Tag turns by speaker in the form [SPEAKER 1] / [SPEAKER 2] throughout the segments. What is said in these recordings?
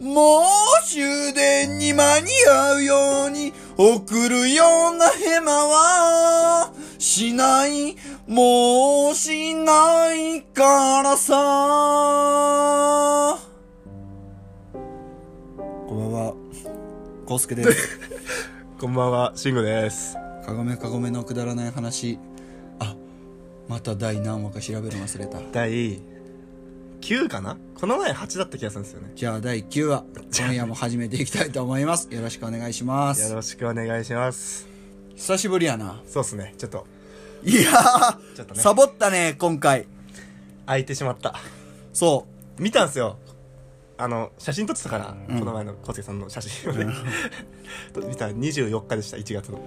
[SPEAKER 1] もう終電に間に合うように送るようなヘマはしない、もうしないからさ。こんばんは、コウスケです。
[SPEAKER 2] こんばんは、しんごです。
[SPEAKER 1] かごめかごめのくだらない話。あ、また第何話か調べるの忘れた。
[SPEAKER 2] 第9かなこの前8だった気がするんですよね。
[SPEAKER 1] じゃあ第9話、今夜も始めていきたいと思います。よろしくお願いしま
[SPEAKER 2] よ
[SPEAKER 1] す。
[SPEAKER 2] ろしくお願いします。
[SPEAKER 1] 久しぶりや な。
[SPEAKER 2] そうっすね、ちょっと、
[SPEAKER 1] いやー、
[SPEAKER 2] ちょっとね
[SPEAKER 1] サボったね、今回。
[SPEAKER 2] 空いてしまった。
[SPEAKER 1] そ
[SPEAKER 2] 見たんすよ。あの、写真撮ってたから、この前の小杉さんの写真をね。見たら24日でした、1月の。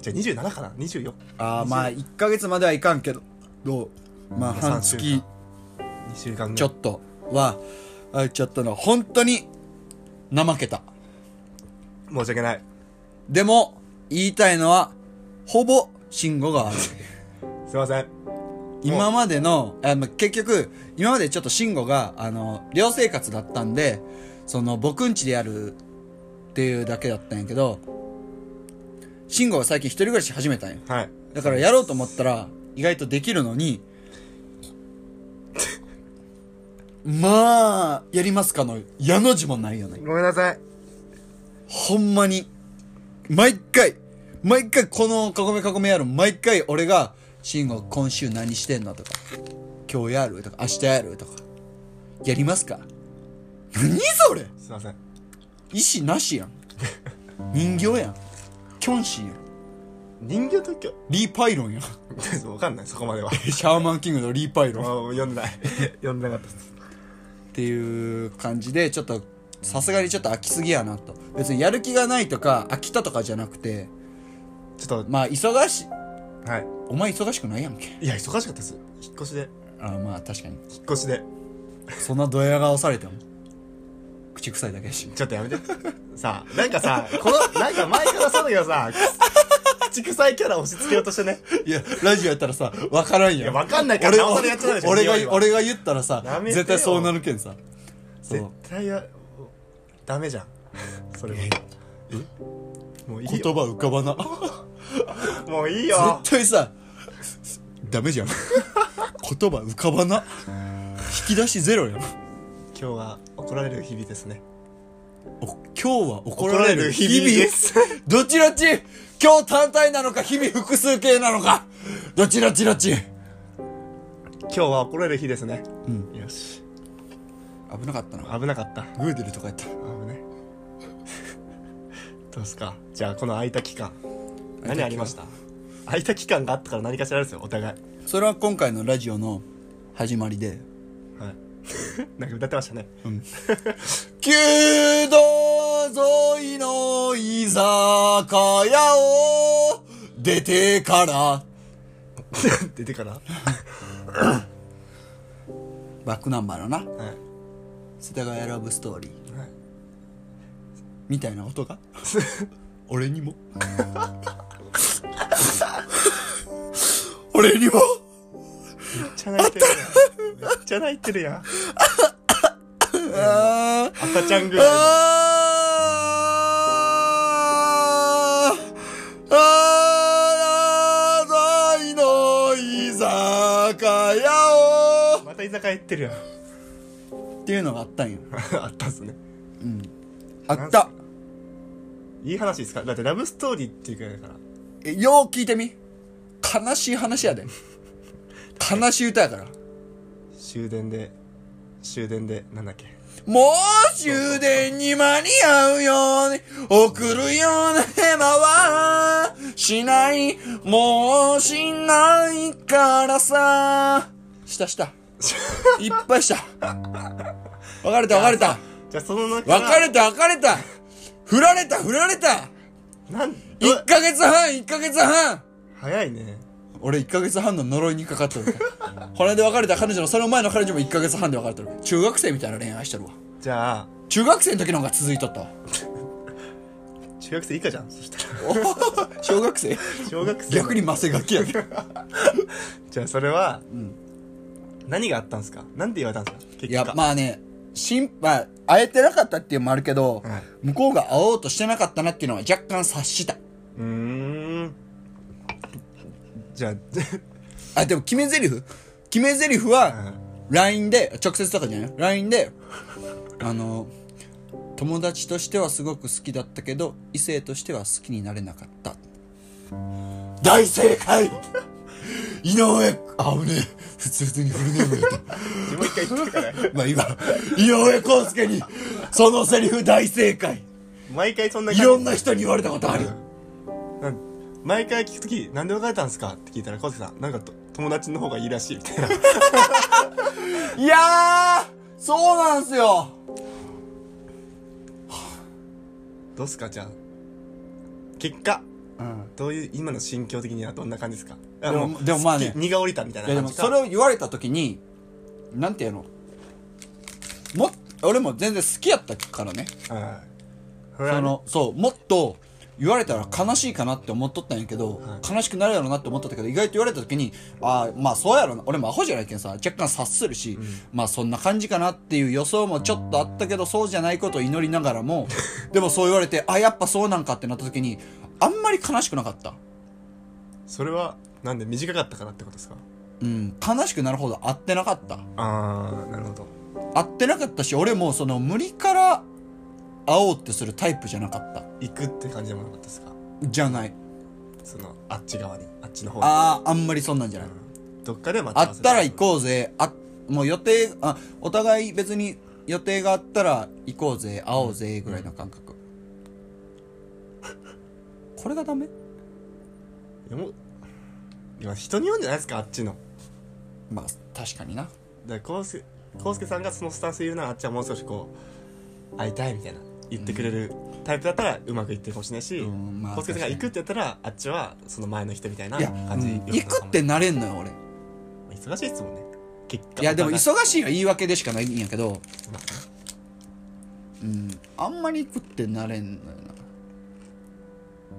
[SPEAKER 2] じゃあ27かな ?24
[SPEAKER 1] う。ああ、まあ、1ヶ月まではいかんけど、どうまあ、半
[SPEAKER 2] 三週間
[SPEAKER 1] 月
[SPEAKER 2] 2週間ぐらい。
[SPEAKER 1] ちょっとは、あちょっとの、本当に、怠けた。
[SPEAKER 2] 申し訳ない。
[SPEAKER 1] でも、言いたいのは、ほぼ、信号 がある。
[SPEAKER 2] すいません。
[SPEAKER 1] 今までの、あまあ結局、今までちょっと慎吾が、あの、寮生活だったんで、その、僕ん家でやるっていうだけだったんやけど、慎吾が最近一人暮らし始めたんや。
[SPEAKER 2] はい。
[SPEAKER 1] だからやろうと思ったら、意外とできるのに、まあ、やりますかの、やの字もないよね。
[SPEAKER 2] ごめんなさい。
[SPEAKER 1] ほんまに、毎回、毎回この囲め囲めやる、毎回俺が、慎吾今週何してんのとか、今日やるとか、明日やるとか、やりますか何それ
[SPEAKER 2] すいません。
[SPEAKER 1] 意思なしやん。人形やん。キョンシーやん。
[SPEAKER 2] 人形特許
[SPEAKER 1] リーパイロンやん。
[SPEAKER 2] わかんない、そこまでは。
[SPEAKER 1] シャーマンキングのリーパイロン。っ
[SPEAKER 2] もう読んでない。 読んでなかったです。
[SPEAKER 1] ていう感じで、ちょっと、さすがにちょっと飽きすぎやなと。別にやる気がないとか、飽きたとかじゃなくて、
[SPEAKER 2] ちょっと、
[SPEAKER 1] まあ、忙し、
[SPEAKER 2] はい。
[SPEAKER 1] お前忙しくないやんけ。
[SPEAKER 2] いや、忙しかったです。引っ越しで、
[SPEAKER 1] あまあ確かに
[SPEAKER 2] 引っ越しで。
[SPEAKER 1] そんなドヤ顔されても口臭いだけやし
[SPEAKER 2] ちょっとやめ て。さあ、なんかさ、この、なんか前からそうだけどさ、 口臭いキャラ押し付けようとしてね。
[SPEAKER 1] いやラジオやったらさ分からんやん
[SPEAKER 2] いやわかんないから
[SPEAKER 1] 俺
[SPEAKER 2] なおさらやってないでしょ
[SPEAKER 1] 俺
[SPEAKER 2] 匂い
[SPEAKER 1] が
[SPEAKER 2] は
[SPEAKER 1] 俺が言ったらさ
[SPEAKER 2] やめてよ
[SPEAKER 1] 絶対そうなるけんさそ
[SPEAKER 2] 絶
[SPEAKER 1] う
[SPEAKER 2] 対や、ダメじゃん。それは。えもういい
[SPEAKER 1] 言
[SPEAKER 2] よ。
[SPEAKER 1] 葉浮かばな
[SPEAKER 2] もういいよ。
[SPEAKER 1] 絶対さダメじゃん言葉浮かばな引き出しゼロやん
[SPEAKER 2] 今日は怒られる日々ですね。
[SPEAKER 1] お今日は怒られる日々
[SPEAKER 2] 怒られる日々です
[SPEAKER 1] どちらっち今日単体なのか日々複数形なのかどちらっちどっち
[SPEAKER 2] 今日は怒られる日ですね。
[SPEAKER 1] うん
[SPEAKER 2] よし。
[SPEAKER 1] 危なかったな
[SPEAKER 2] 危なかった。
[SPEAKER 1] グーデルとかやった
[SPEAKER 2] 危ね。 どうすかじゃあ、この空いた期間。
[SPEAKER 1] 空いた期間
[SPEAKER 2] 何ありました空いた期間があったから何かしらですよ、お互い。
[SPEAKER 1] それは今回のラジオの始まりで
[SPEAKER 2] はい。 なんか歌ってましたね。
[SPEAKER 1] 「旧道沿いの居酒屋を出てから
[SPEAKER 2] 出てから。は」。
[SPEAKER 1] バックナンバーのない世田谷ラブストーリー
[SPEAKER 2] はい
[SPEAKER 1] みたいなことが俺にも俺にも
[SPEAKER 2] めっちゃ泣いてるやん。めっちゃ泣いてるやん。
[SPEAKER 1] あー
[SPEAKER 2] 赤ちゃんぐら
[SPEAKER 1] あーあーないの居酒屋
[SPEAKER 2] いの。また居酒屋行ってるやん。
[SPEAKER 1] をっていうのがあったんよ
[SPEAKER 2] あったんすね。
[SPEAKER 1] あった
[SPEAKER 2] いい話ですかだってラブストーリーっていうくらいだから。
[SPEAKER 1] えよう聞いてみ悲しい話やで悲しい歌やから
[SPEAKER 2] 終電で、終電で、なんだっけ。
[SPEAKER 1] もう終電に間に合うように送るようなヘマはしないもうしないからさしたしたいっぱいした別れた別れた
[SPEAKER 2] じゃあその中
[SPEAKER 1] 別れた別れた振られた振られた
[SPEAKER 2] なん、ど
[SPEAKER 1] 1ヶ月半1ヶ月半
[SPEAKER 2] 早いね。
[SPEAKER 1] 俺1ヶ月半の呪いにかかっとるからこれで別れた彼女のその前の彼女も1ヶ月半で別れとる中学生みたいな恋愛してるわ
[SPEAKER 2] じゃあ、
[SPEAKER 1] 中学生の時の方が続いとったわ
[SPEAKER 2] 中中学生以下じゃんそしたら
[SPEAKER 1] 小学生
[SPEAKER 2] 小学生
[SPEAKER 1] 逆にマセガ キやけど
[SPEAKER 2] じゃあそれは
[SPEAKER 1] ん
[SPEAKER 2] 何があったんですかなんて言われたんですか結
[SPEAKER 1] いや
[SPEAKER 2] 果、
[SPEAKER 1] まあね、しん、まあ、会えてなかったっていうのもあるけど、
[SPEAKER 2] はい
[SPEAKER 1] 向こうが会おうとしてなかったなっていうのは若干察した。
[SPEAKER 2] うーんじゃあ
[SPEAKER 1] あ、でも決め台詞決め台詞は、LINE で、直接とかじゃない ?LINE で、あの、友達としてはすごく好きだったけど、異性としては好きになれなかった。大正解井上、あ、ぶねえ、普通にフルネームやった。
[SPEAKER 2] 自分一回言ってから
[SPEAKER 1] まあ今、井上康介に、そのセリフ大正解。
[SPEAKER 2] 毎回そんない
[SPEAKER 1] ろんな人に言われたことある。
[SPEAKER 2] なん毎回聞くとき「なんで別れたんですか?」って聞いたら「コウスケさんなんかと友達の方がいいらしい」みたいな
[SPEAKER 1] いやー、そうなんすよ。
[SPEAKER 2] どうっすかじゃあ結果
[SPEAKER 1] うん。
[SPEAKER 2] どういう今の心境的にはどんな感じですかで
[SPEAKER 1] もでもまあね
[SPEAKER 2] 荷が下りたみたい
[SPEAKER 1] いや
[SPEAKER 2] な
[SPEAKER 1] で
[SPEAKER 2] 感
[SPEAKER 1] も、
[SPEAKER 2] じ
[SPEAKER 1] そ
[SPEAKER 2] か
[SPEAKER 1] れを言われた時に、なんていうのも、俺も全然好きやったからね。
[SPEAKER 2] はいそれは
[SPEAKER 1] そ
[SPEAKER 2] ね
[SPEAKER 1] の、そう、もっと、言われたら悲しいかなって思っとったんやけど、
[SPEAKER 2] はい
[SPEAKER 1] 悲しくなるやろなって思っとったけど、意外と言われた時に、ああ、まあそうやろな。俺もアホじゃないけんさ、若干察するし、まあそんな感じかなっていう予想もちょっとあったけど、そうじゃないことを祈りながら も、でもそう言われて、あ、やっぱそうなんかってなった時に、あんまり悲しくなかった。
[SPEAKER 2] それはなんで短かったからってことですか
[SPEAKER 1] うん、悲しくなるほど会ってなかった
[SPEAKER 2] ああなるほど
[SPEAKER 1] 会ってなかったし俺もその無理から会おうってするタイプじゃなかった
[SPEAKER 2] 行くって感じでもなかったですか
[SPEAKER 1] じゃない
[SPEAKER 2] そのあっち側にあっちの方に
[SPEAKER 1] あああんまりそんなんじゃない
[SPEAKER 2] うんどっかで待ち合
[SPEAKER 1] 会
[SPEAKER 2] わ
[SPEAKER 1] っ
[SPEAKER 2] せ
[SPEAKER 1] たら行こうぜあもう予定あお互い別に予定があったら行こうぜ会おうぜぐらいの感覚、これがダメ
[SPEAKER 2] いやもう今人によるんじゃないですかあっちの
[SPEAKER 1] まあ確かにな
[SPEAKER 2] だから康介康介さんがそのスタンスで言うならあっちはもう少しこう会いたいみたいな言ってくれるタイプだったらうまくいってるかもしれないし
[SPEAKER 1] うんまあ
[SPEAKER 2] 康介さんが行くってやったらあっちはその前の人みたいない
[SPEAKER 1] や、
[SPEAKER 2] 感じ
[SPEAKER 1] うん行くってなれんのよ俺
[SPEAKER 2] 忙しいっすもんね結果
[SPEAKER 1] いやでも
[SPEAKER 2] お互
[SPEAKER 1] 忙しいは言い訳でしかないんやけどうんあんまり行くってなれんのよな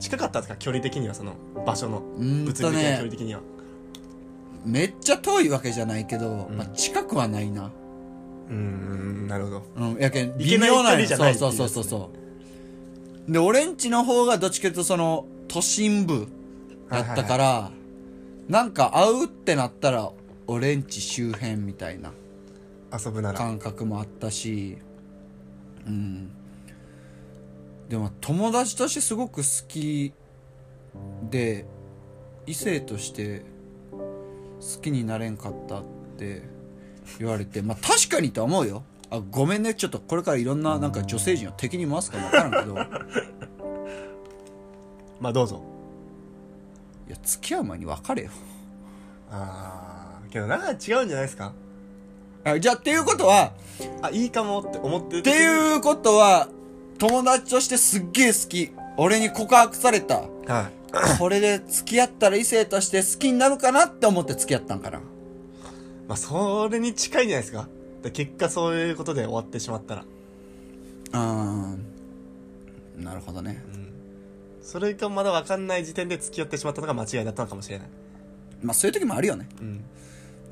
[SPEAKER 2] 近かったんですか距離的にはその場所の
[SPEAKER 1] ーん
[SPEAKER 2] 物理的
[SPEAKER 1] と
[SPEAKER 2] な距
[SPEAKER 1] ね
[SPEAKER 2] 離的には
[SPEAKER 1] めっちゃ遠いわけじゃないけど、
[SPEAKER 2] ん
[SPEAKER 1] まあ、近くはないな。
[SPEAKER 2] うーんなるほど
[SPEAKER 1] うん、やけん、
[SPEAKER 2] い
[SPEAKER 1] 微
[SPEAKER 2] けない
[SPEAKER 1] 妙なん
[SPEAKER 2] 距離じ
[SPEAKER 1] よ
[SPEAKER 2] ゃない
[SPEAKER 1] そうそうそうそうそう。で、俺んちの方がどっちかというとその、都心部だったから、なんか会うってなったら、俺んち周辺みたいな
[SPEAKER 2] 遊ぶなら
[SPEAKER 1] 感覚もあったし、うん。でも友達としてすごく好きで、異性として好きになれんかったって言われて、まあ確かにとは思うよ。あ、ごめんね。ちょっとこれからいろんななんか女性陣を敵に回すかもわからんけど、い
[SPEAKER 2] まあどうぞ
[SPEAKER 1] や、付き合う前に別れよ。
[SPEAKER 2] ああけどなんか違うんじゃないですか
[SPEAKER 1] あじゃあっていうことは、
[SPEAKER 2] あいいかもって思ってる
[SPEAKER 1] って
[SPEAKER 2] う
[SPEAKER 1] いうことは、友達としてすっげえ好き。俺に告白された。
[SPEAKER 2] はい
[SPEAKER 1] これで付き合ったら異性として好きになるかなって思って付き合ったんかな。
[SPEAKER 2] まあ、それに近いんじゃないですか。で結果そういうことで終わってしまったら。
[SPEAKER 1] あーなるほどね。
[SPEAKER 2] それがまだ分かんない時点で付き合ってしまったのが間違いだったのかもしれない。
[SPEAKER 1] まあそういう時もあるよね。
[SPEAKER 2] うん。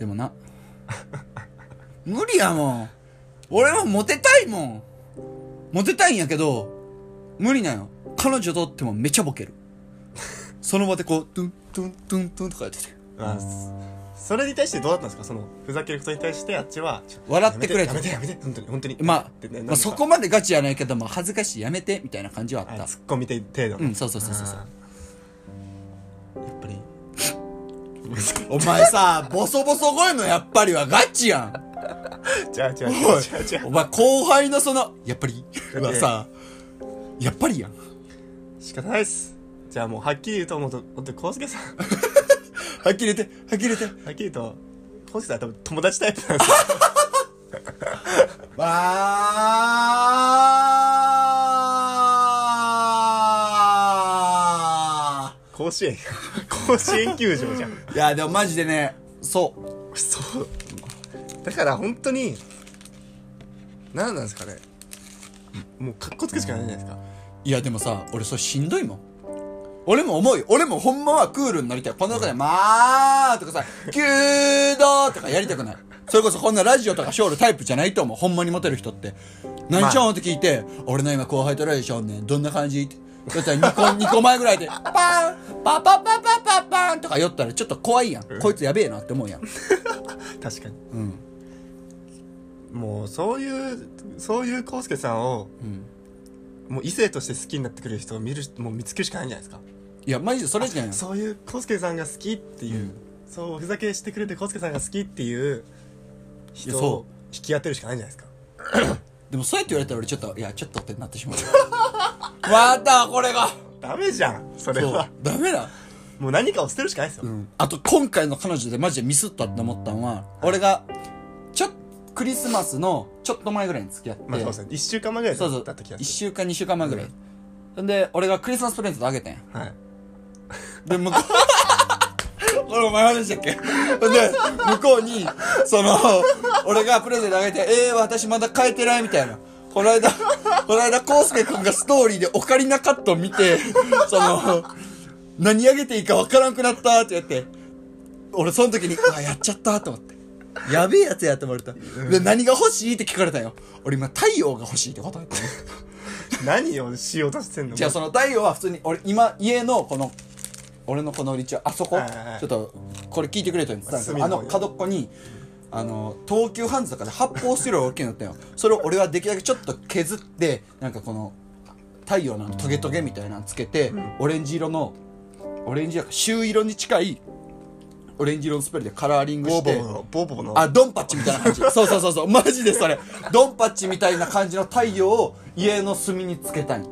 [SPEAKER 1] でもな。 無理やもん。俺もモテたいもん。モテたいんやけど、無理なんよ。彼女とってもめちゃボケる。その場でこう、トゥントゥントゥントゥンとかやってて。
[SPEAKER 2] まあ、そそれに対してどうだったんですかその、ふざけることに対してあっちは、ちょ
[SPEAKER 1] 笑ってくれ
[SPEAKER 2] や
[SPEAKER 1] と
[SPEAKER 2] めてやめて、やめて本当に、本当に。
[SPEAKER 1] ま
[SPEAKER 2] ってね
[SPEAKER 1] あ、
[SPEAKER 2] なん
[SPEAKER 1] ま
[SPEAKER 2] か
[SPEAKER 1] あ、そこまでガチじゃないけど、まあ、恥ずかしいやめてみたいな感じはあ
[SPEAKER 2] あ
[SPEAKER 1] った。
[SPEAKER 2] 突っ込みて程度の。
[SPEAKER 1] うんそうそうそうそうそう
[SPEAKER 2] あーや っぱり。
[SPEAKER 1] お前さ、ボソボソ声のやっぱりはガチやん。
[SPEAKER 2] じゃあ、じゃあ、じ
[SPEAKER 1] おい
[SPEAKER 2] ゃあ、じゃ
[SPEAKER 1] お前後輩のその、やっぱりはさ、やっぱりやん。
[SPEAKER 2] 仕方ないっす。じゃあもう、はっきり言うと、もう、本当に、コウスケさん、は
[SPEAKER 1] はっきり言って、はっきり言って。
[SPEAKER 2] っきり言うと、コウスケさんは多分友達タイプなんですよ
[SPEAKER 1] わあ
[SPEAKER 2] 甲子園 甲子園球場じゃん
[SPEAKER 1] いや、でもマジでね、そう。
[SPEAKER 2] そうだから本当に何なんですかねもうかっこつけしかないじゃないですか
[SPEAKER 1] いやでもさ俺それしんどいもん俺も思うよ俺もほんまはクールになりたいこの中で「まあ」とかさ「キュード」とかやりたくないそれこそこんなラジオとかショールタイプじゃないと思うほんまにモテる人って「何ちゃうん?」って聞いて「俺の今後輩とラジオしょんねんどんな感じ?」ってそしたら2個 ,2 個前ぐらいで「パンパパパパパパン」とか酔ったらちょっと怖いやんこいつやべえなって思うやん
[SPEAKER 2] 確かに
[SPEAKER 1] うん
[SPEAKER 2] もうそういうそういう康介さんを
[SPEAKER 1] うん
[SPEAKER 2] もう異性として好きになってくれる人を見るもう見つけるしかないんじゃないですか
[SPEAKER 1] いやマジでそれじゃないの
[SPEAKER 2] そういう康介さんが好きっていう、そうおふざけしてくれて康介さんが好きっていう
[SPEAKER 1] い
[SPEAKER 2] 人
[SPEAKER 1] や
[SPEAKER 2] を
[SPEAKER 1] そ
[SPEAKER 2] 引き当てるしかないんじゃないですか
[SPEAKER 1] でもそうやって言われたら俺ちょっと「いやちょっと」ってなって しまうまたこれが
[SPEAKER 2] ダメじゃんそれ
[SPEAKER 1] そう
[SPEAKER 2] は
[SPEAKER 1] ダメだ
[SPEAKER 2] もう何かを捨てるしかないですよ、
[SPEAKER 1] あと今回の彼女でマジでミスったって思ったのは、俺がちょクリスマスのちょっと前ぐらいに付き合って、
[SPEAKER 2] まあそうですね1週間前ぐらいだ
[SPEAKER 1] そう
[SPEAKER 2] っ
[SPEAKER 1] そう
[SPEAKER 2] た気が
[SPEAKER 1] 1
[SPEAKER 2] す
[SPEAKER 1] 週間2週間前ぐらい、ん、で俺がクリスマスプレゼントあげてん
[SPEAKER 2] るはい
[SPEAKER 1] で向こう これお前話したっけほんで向こうにその俺がプレゼントあげて「えー、私まだ変えてない」みたいなこの間この間康介君がストーリーでオカリナカット見てその何あげていいかわからんくなったって言って俺その時に「あやっちゃった」と思って。やべえやつやって思われた。で、何が欲しいって聞かれたよ。俺今、太陽が欲しいって答えたね。
[SPEAKER 2] 何をしようとしてんの
[SPEAKER 1] じゃあその太陽は普通に俺今家のこの俺のこの立地あそこ
[SPEAKER 2] はいはいはい
[SPEAKER 1] ちょっとこれ聞いてくれと言ってたんですけどあの
[SPEAKER 2] 隅の方に
[SPEAKER 1] 角っこにあの東急ハンズとかで発泡スチロール大きいの売ってんよそれを俺はできるだけちょっと削ってなんかこの太陽のあのトゲトゲみたいなのつけてオレンジ色のオレンジ色か朱色に近いオレンジ色のスペルでカラーリング
[SPEAKER 2] ボ
[SPEAKER 1] し
[SPEAKER 2] ーボ
[SPEAKER 1] て
[SPEAKER 2] ーのボーボーの
[SPEAKER 1] あ、ドンパッチみたいな 感じ。そうそうそうそう。マジでそれ。ドンパッチみたいな感じの太陽を家の隅につけたい。
[SPEAKER 2] はい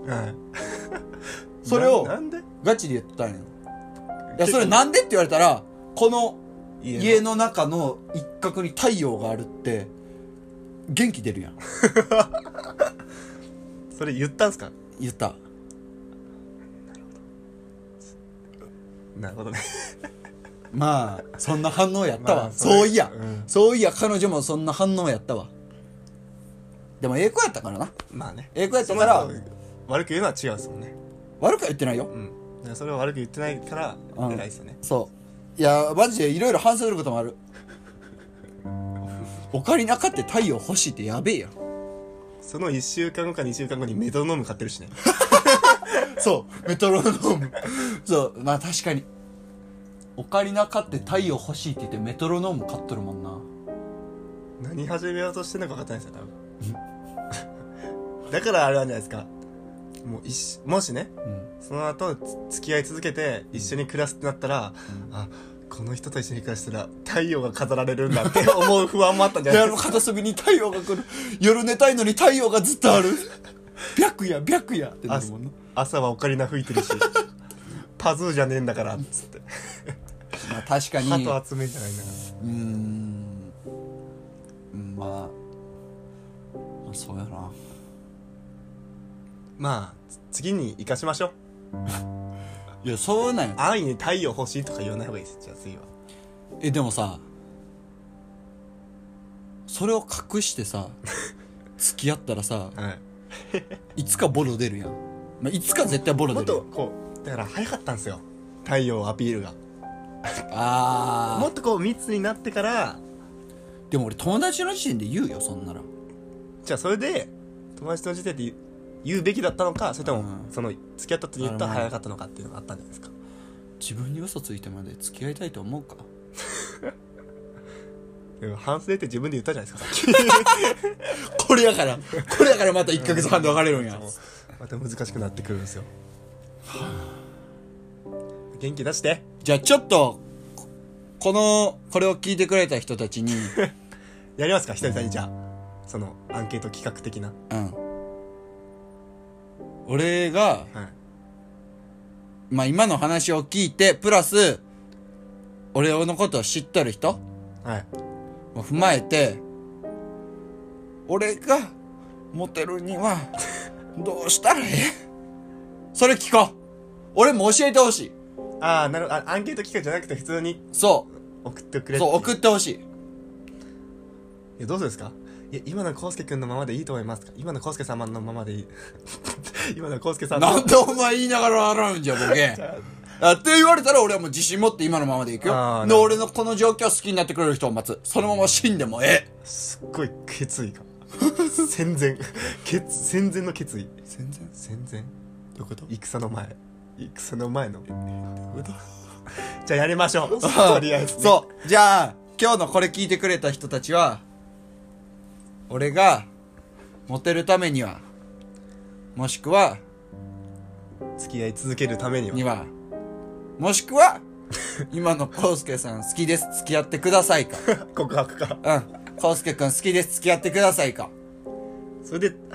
[SPEAKER 1] それを
[SPEAKER 2] ななんで
[SPEAKER 1] ガチで言ったんよいやそれなんでって言われたらこの
[SPEAKER 2] 家の
[SPEAKER 1] 家の中の一角に太陽があるって元気出るやん
[SPEAKER 2] それ言ったんすか
[SPEAKER 1] 言った
[SPEAKER 2] な るほどね
[SPEAKER 1] まあそんな反応やったわ、
[SPEAKER 2] まあそ
[SPEAKER 1] そうういや、
[SPEAKER 2] うん
[SPEAKER 1] そういや彼女もそんな反応やったわでもええ子やったからな
[SPEAKER 2] まあね
[SPEAKER 1] ええ子やったから
[SPEAKER 2] そんなこと悪く言うのは違うですもんね
[SPEAKER 1] 悪くは言ってないよ、
[SPEAKER 2] うんだからそれを悪く言ってないから
[SPEAKER 1] うん
[SPEAKER 2] 偉いですよね
[SPEAKER 1] そういやマジでいろいろ反省することも あるオカリナ買って太陽欲しいってやべえやん
[SPEAKER 2] その1週間後か2週間後にメトロノーム買ってるしね
[SPEAKER 1] そう、メトロノーム。そう、まあ確かに。オカリナ買って太陽欲しいって言ってメトロノーム買っとるもんな。
[SPEAKER 2] 何始めようとしてんのか分かってないですよ 多分だからあれなんじゃないですかもう一緒もしね
[SPEAKER 1] うん。
[SPEAKER 2] その後つ付き合い続けて一緒に暮らすってなったら、あこの人と一緒に暮らしたら太陽が飾られるんだ って思う不安もあったんじゃ
[SPEAKER 1] 部
[SPEAKER 2] な
[SPEAKER 1] 屋
[SPEAKER 2] いで
[SPEAKER 1] の
[SPEAKER 2] すか
[SPEAKER 1] 片隅に太陽が来る。夜寝たいのに太陽がずっとある。白夜、白夜ってなるもんな。
[SPEAKER 2] 朝はオカリナ吹いてる しパズーじゃねえんだからっつって
[SPEAKER 1] まあ確かに。
[SPEAKER 2] 鳩集めじゃないんだから
[SPEAKER 1] うーん。うんまあ。そうやな。
[SPEAKER 2] まあつ次に生かしましょう
[SPEAKER 1] いや、そうなんや。
[SPEAKER 2] 安易に太陽欲しいとか言わない方がいいですじゃあ次は
[SPEAKER 1] えでもさそれを隠してさ付き合ったらさ
[SPEAKER 2] はい
[SPEAKER 1] いつかボロ出るやん、まあ、いつか絶対ボロ
[SPEAKER 2] も
[SPEAKER 1] 出
[SPEAKER 2] っ
[SPEAKER 1] る
[SPEAKER 2] とこうだから早かったんですよ太陽アピールがも
[SPEAKER 1] ああ
[SPEAKER 2] っとこう密になってから
[SPEAKER 1] でも俺友達の時点で言うよそんなら
[SPEAKER 2] じゃあそれで友達の時点で言うべきだったのかそれとも
[SPEAKER 1] うん
[SPEAKER 2] その付き合った時に言ったら
[SPEAKER 1] あの
[SPEAKER 2] 早かったのかっていうのがあったんじゃないですか
[SPEAKER 1] 自分に嘘ついてまで付き合いたいと思うか
[SPEAKER 2] でも反省って自分で言ったじゃないです かさっ
[SPEAKER 1] これやからこれやからまた1ヶ月半で別れるん
[SPEAKER 2] き
[SPEAKER 1] や
[SPEAKER 2] また難しくなってくるんですよ元気出して
[SPEAKER 1] じゃあちょっとここのこれを聞いてくれた人た ちに
[SPEAKER 2] やりますかひとりさんにじゃあそのアンケート企画的な
[SPEAKER 1] うん俺が
[SPEAKER 2] はい
[SPEAKER 1] まあ今の話を聞いて、プラス、俺のことを知っとる人
[SPEAKER 2] はい
[SPEAKER 1] も踏まえて、俺がモテるには、どうしたらええそれ聞こう俺も教えてほしい
[SPEAKER 2] ああなるほどあアンケート企画じゃなくて普通に
[SPEAKER 1] そ
[SPEAKER 2] 送ってく
[SPEAKER 1] う、
[SPEAKER 2] れ
[SPEAKER 1] そう、
[SPEAKER 2] って
[SPEAKER 1] 送
[SPEAKER 2] い
[SPEAKER 1] ってほしい。
[SPEAKER 2] いやどうするんですかいや今の康介くんのままでいいと思いますか今の康介様のままでいい 今の康介さんの
[SPEAKER 1] なんでお前言いながら笑うんじゃ、ボ ケ。あって言われたら俺はもう自信持って今のままでいくよ。
[SPEAKER 2] あー
[SPEAKER 1] で、俺のこの状況を好きになってくれる人を待つ。そのまま死んでもええ。
[SPEAKER 2] すっごい決 意が戦前決戦前の決意
[SPEAKER 1] 全然。
[SPEAKER 2] 戦前
[SPEAKER 1] どういうこと
[SPEAKER 2] 戦の前戦の前の じゃあやりましょう とりあえずね、
[SPEAKER 1] そう。じゃあ、今日のこれ聞いてくれた人たちは、俺が、モテるためには、もしくは、
[SPEAKER 2] 付き合い続けるためには
[SPEAKER 1] には、もしくは、今のコウスケさん好きです、付き合ってくださいか。
[SPEAKER 2] 告白か
[SPEAKER 1] うん。コウスケくん好きです、付き合ってくださいか。
[SPEAKER 2] それであ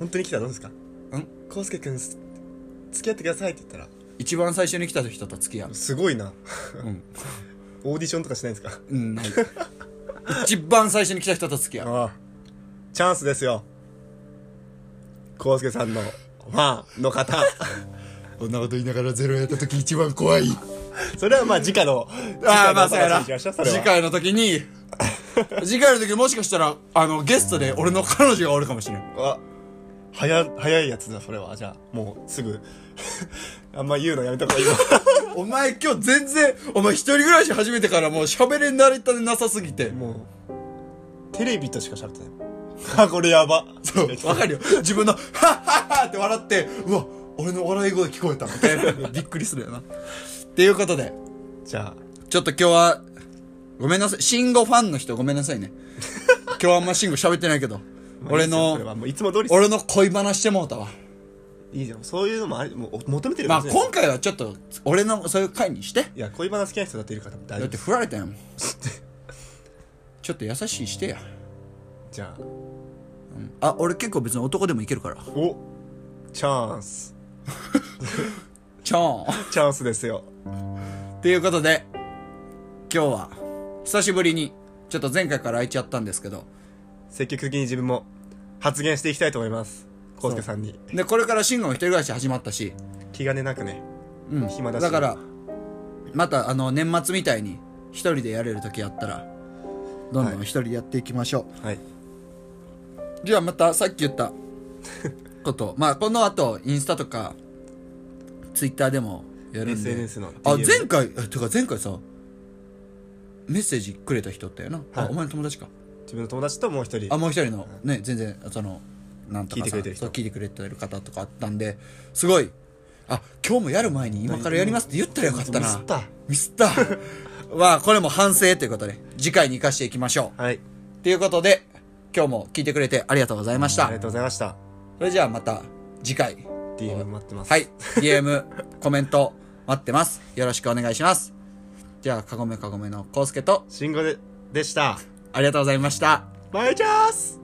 [SPEAKER 2] 本当に来たらどうですか
[SPEAKER 1] うん
[SPEAKER 2] 康介くんす付き合ってくださいって言ったら
[SPEAKER 1] 一番最初に来た人と付き合う。
[SPEAKER 2] すごいな
[SPEAKER 1] うん。
[SPEAKER 2] オーディションとかしないんですか
[SPEAKER 1] うん、ない一番最初に来た人と付き合う。
[SPEAKER 2] ああチャンスですよ康介さんのファンの方
[SPEAKER 1] そんなこと言いながらゼロやった時一番怖い。
[SPEAKER 2] それはまあ直の
[SPEAKER 1] ああ、まあ、そうやな。
[SPEAKER 2] 直のお話にしましょうそれは
[SPEAKER 1] 次回の時に、次回の時もしかしたら、あの、ゲストで俺の彼女がおるかもしれん。
[SPEAKER 2] あ早早いやつだそれはじゃあもうすぐ あんま言うのやめた方がいいわ
[SPEAKER 1] お前今日全然、お前一人暮らし始めてからもう喋れ慣れたでなさすぎて。
[SPEAKER 2] もうテレビとしか喋ってないあこれやば
[SPEAKER 1] そう、 わかるよ。自分の、はっはっはって笑って、うわ、俺の笑い声聞こえたみたいな。びっくりするよな。っていうことで、
[SPEAKER 2] じゃあ
[SPEAKER 1] ちょっと今日は、ごめんなさい。慎吾ファンの人ごめんなさいね。 今日はあんま慎吾喋ってないけど、俺
[SPEAKER 2] それは
[SPEAKER 1] の、
[SPEAKER 2] もういつも通りっす
[SPEAKER 1] 俺の恋話してもうたわ。い
[SPEAKER 2] いいじゃんそういうのもありもう求めてる
[SPEAKER 1] ま
[SPEAKER 2] か
[SPEAKER 1] あ
[SPEAKER 2] もしれない
[SPEAKER 1] 今回はちょっと、俺のそういう回にして。
[SPEAKER 2] いや恋バナ好きな人だっているから
[SPEAKER 1] だ
[SPEAKER 2] 大丈
[SPEAKER 1] っ
[SPEAKER 2] 夫
[SPEAKER 1] て振られたやん。ちょっと優しいしてや。
[SPEAKER 2] じゃあ
[SPEAKER 1] あ、俺結構別に男でもいけるから。
[SPEAKER 2] おチャンス
[SPEAKER 1] ちょーん。
[SPEAKER 2] チャンスですよ
[SPEAKER 1] ということで、今日は、久しぶりに、ちょっと前回から空いちゃったんですけど、
[SPEAKER 2] 積極的に自分も発言していきたいと思います康介さんに
[SPEAKER 1] で、これから慎吾の一人暮らし始まったし、
[SPEAKER 2] 気兼ねなくね
[SPEAKER 1] うん。
[SPEAKER 2] 暇だし
[SPEAKER 1] だから、また、あの、年末みたいに、一人でやれる時やったら、どんどん
[SPEAKER 2] はい
[SPEAKER 1] 一人でやっていきましょう。
[SPEAKER 2] はい
[SPEAKER 1] じゃあまた、さっき言 った、こと。まあ、この後、インスタとか、ツイッターでもやるんで。
[SPEAKER 2] SNS の
[SPEAKER 1] あ、
[SPEAKER 2] DM
[SPEAKER 1] 前回、えてか前回さ、メッセージくれた人ってよな。あ
[SPEAKER 2] はい
[SPEAKER 1] お前の友達か。
[SPEAKER 2] 自分の友達ともう一人
[SPEAKER 1] あもう一人のね全然そのなんとかさ
[SPEAKER 2] 聞いてくれてる人
[SPEAKER 1] そう聞いてくれてる方とかあったんですごいあ今日もやる前に今からやりますって言ったらよかったな
[SPEAKER 2] ミスった
[SPEAKER 1] ミスったまあこれも反省ということで次回に生かしていきましょ
[SPEAKER 2] はいあり
[SPEAKER 1] うということで今日も聞いてくれてありがとうございまし
[SPEAKER 2] が
[SPEAKER 1] た
[SPEAKER 2] とうございました
[SPEAKER 1] それじゃあまた次回
[SPEAKER 2] DM 待ってます
[SPEAKER 1] はい DM コメント待ってますよろしくお願いしますじゃあかごめかごめのこうすけと
[SPEAKER 2] 慎吾ででした
[SPEAKER 1] ありがとうございました
[SPEAKER 2] バイチャース